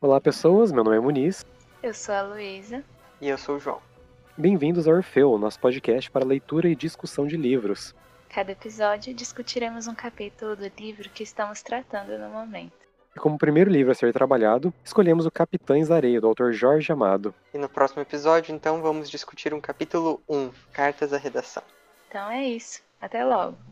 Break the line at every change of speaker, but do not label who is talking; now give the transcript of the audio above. Olá, pessoas. Meu nome é Muniz.
Eu sou a Luísa.
E eu sou o João.
Bem-vindos ao Orfeu, nosso podcast para leitura e discussão de livros.
Cada episódio discutiremos um capítulo do livro que estamos tratando no momento.
E como primeiro livro a ser trabalhado, escolhemos o Capitães da Areia, do autor Jorge Amado.
E no próximo episódio, então, vamos discutir um capítulo 1, Cartas à um, Redação.
Então é isso. Até logo.